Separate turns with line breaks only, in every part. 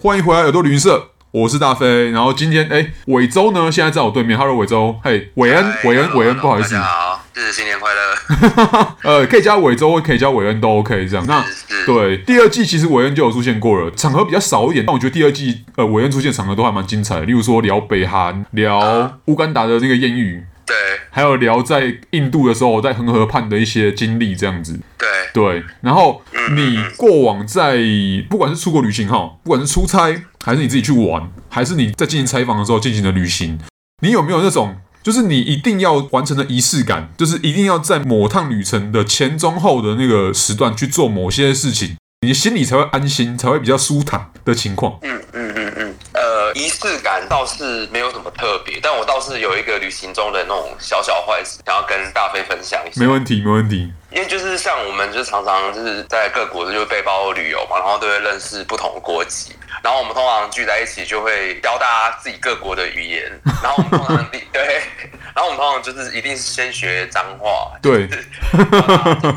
欢迎回来耳朵旅行社，我是大飞。然后今天哎，伟洲呢现在在我对面，Hello 伟洲，嘿，伟恩，
嗨
伟恩，伟恩，不好意思
大，家好，日子新年快乐。
呃，可以加伟洲，可以加伟恩都 OK 这样。那
是是
对第二季其实韦恩就有出现过了，场合比较少一点，但我觉得第二季呃韦恩出现的场合都还蛮精彩的，例如说聊北韩、
啊
聊乌干达的那个艳遇，
对
还有聊在印度的时候在恒河畔的一些经历这样子。
对，
对，然后你过往在不管是出国旅行哈，不管是出差，还是你自己去玩，还是你在进行采访的时候进行的旅行，你有没有那种就是你一定要完成的仪式感，就是一定要在某趟旅程的前中后的那个时段去做某些事情，你的心里才会安心，才会比较舒坦的情况？
嗯嗯嗯嗯，呃，仪式感倒是没有什么特别，但我倒是有一个旅行中的那种小小坏事，想要跟大飞分享一下
没。问题，没问题。
因为就是像我们就常常就是在各国就是背包旅游嘛，然后都会认识不同国籍，然后我们通常聚在一起就会教大家自己各国的语言，然后我们通常 对，然后我们通常就是一定是先学脏话，
对，
就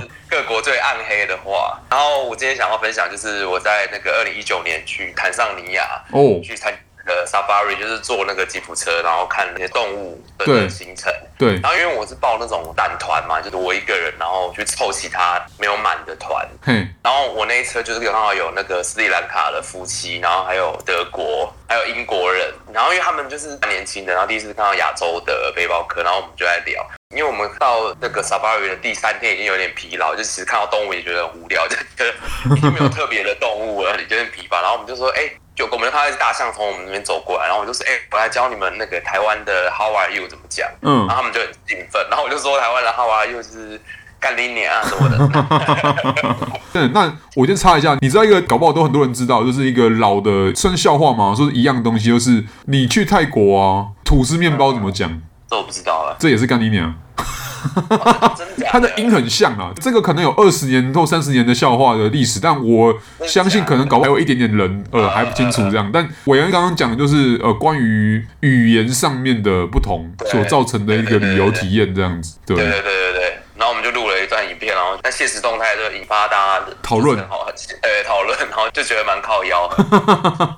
是 各国最暗黑的话。然后我今天想要分享，就是我在那个二零一九年去坦桑尼亚
哦，
去参呃 safari，就是坐那个吉普车，然后看那些动物的
对
行程。
对，
然后因为我是报那种蛋团嘛，就是我一个人，然后去凑其他没有满的团。
嘿，
然后我那一车就是刚好有那个斯里兰卡的夫妻，然后还有德国，还有英国人。然后因为他们就是蛮年轻的，然后第一次看到亚洲的背包客，然后我们就在聊。因为我们到那个 safari 的第三天已经有点疲劳，就其实看到动物也觉得很无聊，就觉得已经没有特别的动物了，有点疲乏。然后我们就说，哎、就我们就看到一只大象从我们那边走过来，然后我就说，哎、我来教你们那个台湾的 How are you 怎么讲。
嗯
然后，他们就很兴奋，然后我就说台湾人 How are you 就是干你娘啊什么的。
对，嗯那我先插一下，你知道一个搞不好都很多人知道，就是一个老的算笑话嘛，说是一样东西，就是你去泰国啊，吐司面包怎么讲？
这我不知道啊了，
这也是干你娘，
真的假
它的音很像啊。这个可能有二十年或三十年的笑话的历史，但我相信可能搞不好还有一点点人呃还不清楚这样。但伟恩刚刚讲的就是呃关于语言上面的不同
对
所造成的一个旅游体验这样子，
对
对
对对对对。然后我们就录了一段影片，然后那现实动态就引发大家的
讨论
就是好对讨论，然后就觉得蛮 靠腰。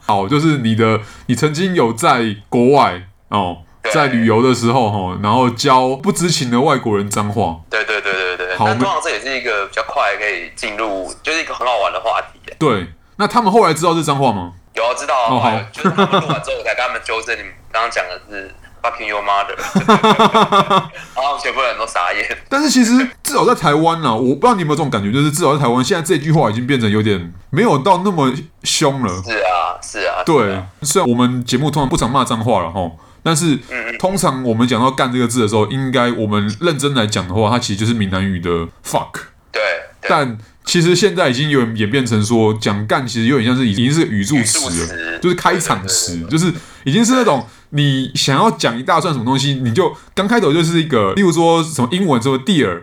好，哦就是你的你曾经有在国外哦。
对
在旅游的时候，哈，然后教不知情的外国人脏话，
对对对对对。
好我
但
们
通常这也是一个比较快可以进入，就是一个很好玩的话题耶。
对，那他们后来知道这脏话吗？
有啊，知道啊，
哦好
后来就是他们录完之后，我才跟他们纠正你们刚刚讲的是 fucking your mother，然后全部人都傻眼。
但是其实至少在台湾呢、我不知道你有没有这种感觉，就是至少在台湾，现在这句话已经变成有点没有到那么凶了。
是啊，是啊，是
对
啊，
虽然我们节目通常不常骂脏话了哈，但是
嗯
通常我们讲到“干”这个字的时候，应该我们认真来讲的话，它其实就是闽南语的 “fuck”。
对对。
但其实现在已经有点演变成说，讲干其实有点像是已经是个语助
语助
词了，
词
就是开场词，
对对
就是已经是那种你想要讲一大串什么东西，你就刚开头就是一个，例如说什么英文什么 dear，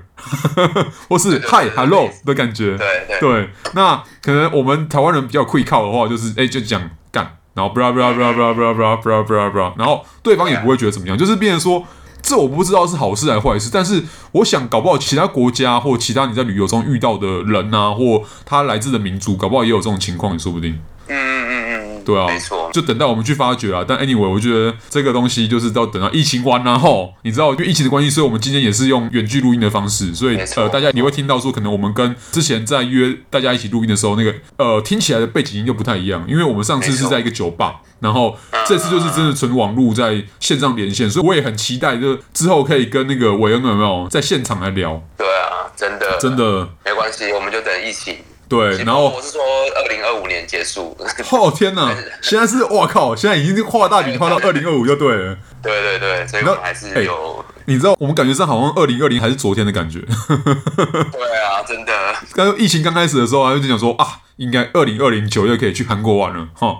或是
对对
hi
对
hello 的感觉。
对对
对，那可能我们台湾人比较会靠的话，就是哎、就讲干，然后 bra bra bra bra bra bra bra bra bra，然后对方也不会觉得怎么样，就是变成说。这我不知道是好事还是坏事，但是我想，搞不好其他国家或其他你在旅游中遇到的人啊，或他来自的民族，搞不好也有这种情况，也说不定。
嗯嗯嗯嗯，
对啊，
没错，
就等待我们去发掘啊。但 anyway，我觉得这个东西就是到等到疫情完然后，你知道，因为疫情的关系，所以我们今天也是用远距录音的方式，所以
没错
呃，大家你会听到说，可能我们跟之前在约大家一起录音的时候，那个呃听起来的背景音就不太一样，因为我们上次
没错
是在一个酒吧，然后这次就是真的纯网络在线上连线，所以我也很期待，就之后可以跟那个韦恩有没有在现场来聊，
对啊，真的
真的
没关系，我们就等疫情。
对，然后
我是说，二零二五年结束。
哦天哪，现在是哇靠，现在已经画大饼
哎
画到二零二五就对了。
对对对，所以我们还是 有。
你知道，我们感觉上好像二零二零还是昨天的感觉。
对啊，真的，
刚疫情刚开始的时候，他就讲说啊，应该二零二零九月可以去韩国玩了，哈。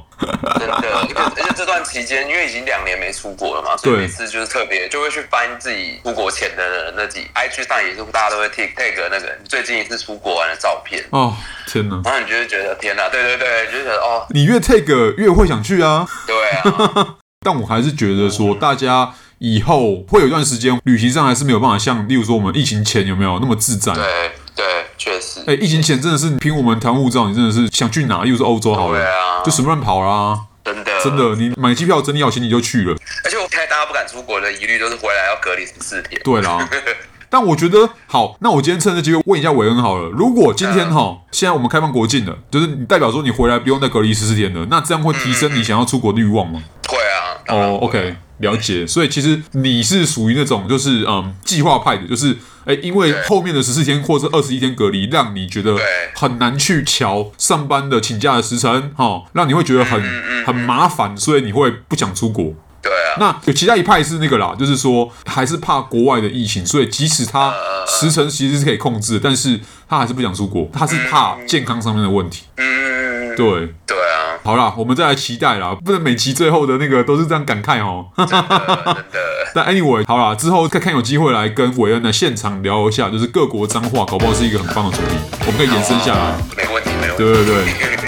真的，而且而且这段期间，因为已经两年没出国了嘛，所以
对
每次就是特别就会去翻自己出国前的那几 IG 上也是大家都会 take take 那个最近一次出国玩的照片，
哦，天哪！
然后你就会觉得天哪，对对对，你就觉得哦，
你越 take 越会想去啊。
对 啊，
但我还是觉得说，大家以后会有一段时间旅行上还是没有办法像，例如说我们疫情前有没有那么自在？
对对，确实，
哎、疫情前真的是凭我们台湾护照，你真的是想去哪，又是欧洲好
对
了，
啊，
就随便乱跑啦。
真的
真，的，你买机票整理好行李就去了。
而且我现在大家不敢出国的疑虑都是回来要隔离十四天。
对 啦，但我觉得好，那我今天趁这机会问一下韦恩好了。如果今
嗯
天哈，现在我们开放国境了，就是你代表说你回来不用再隔离十四天了，那这样会提升你想要出国的欲望吗？
会啊，当然
哦
会
，OK，了解。所以其实你是属于那种就是嗯计划派的，就是哎，因为
对
后面的十四天或者二十一天隔离，让你觉得
对
很难去调上班的请假的时辰，哈、让你会觉得
嗯
很很麻烦，所以你会不想出国。
对啊，
那有其他一派是那个啦，就是说还是怕国外的疫情，所以即使他时程其实是可以控制的，但是他还是不想出国，他是怕健康上面的问题。
嗯，
对，
对啊，
好啦，我们再来期待啦，不能每期最后的那个都是这样感慨哦。
呃真的，
但 anyway，好啦，之后看看有机会来跟韦恩来现场聊一下，就是各国脏话，搞不好是一个很棒的主题，我们可以延伸下来。
没问题，没问题。
对对对，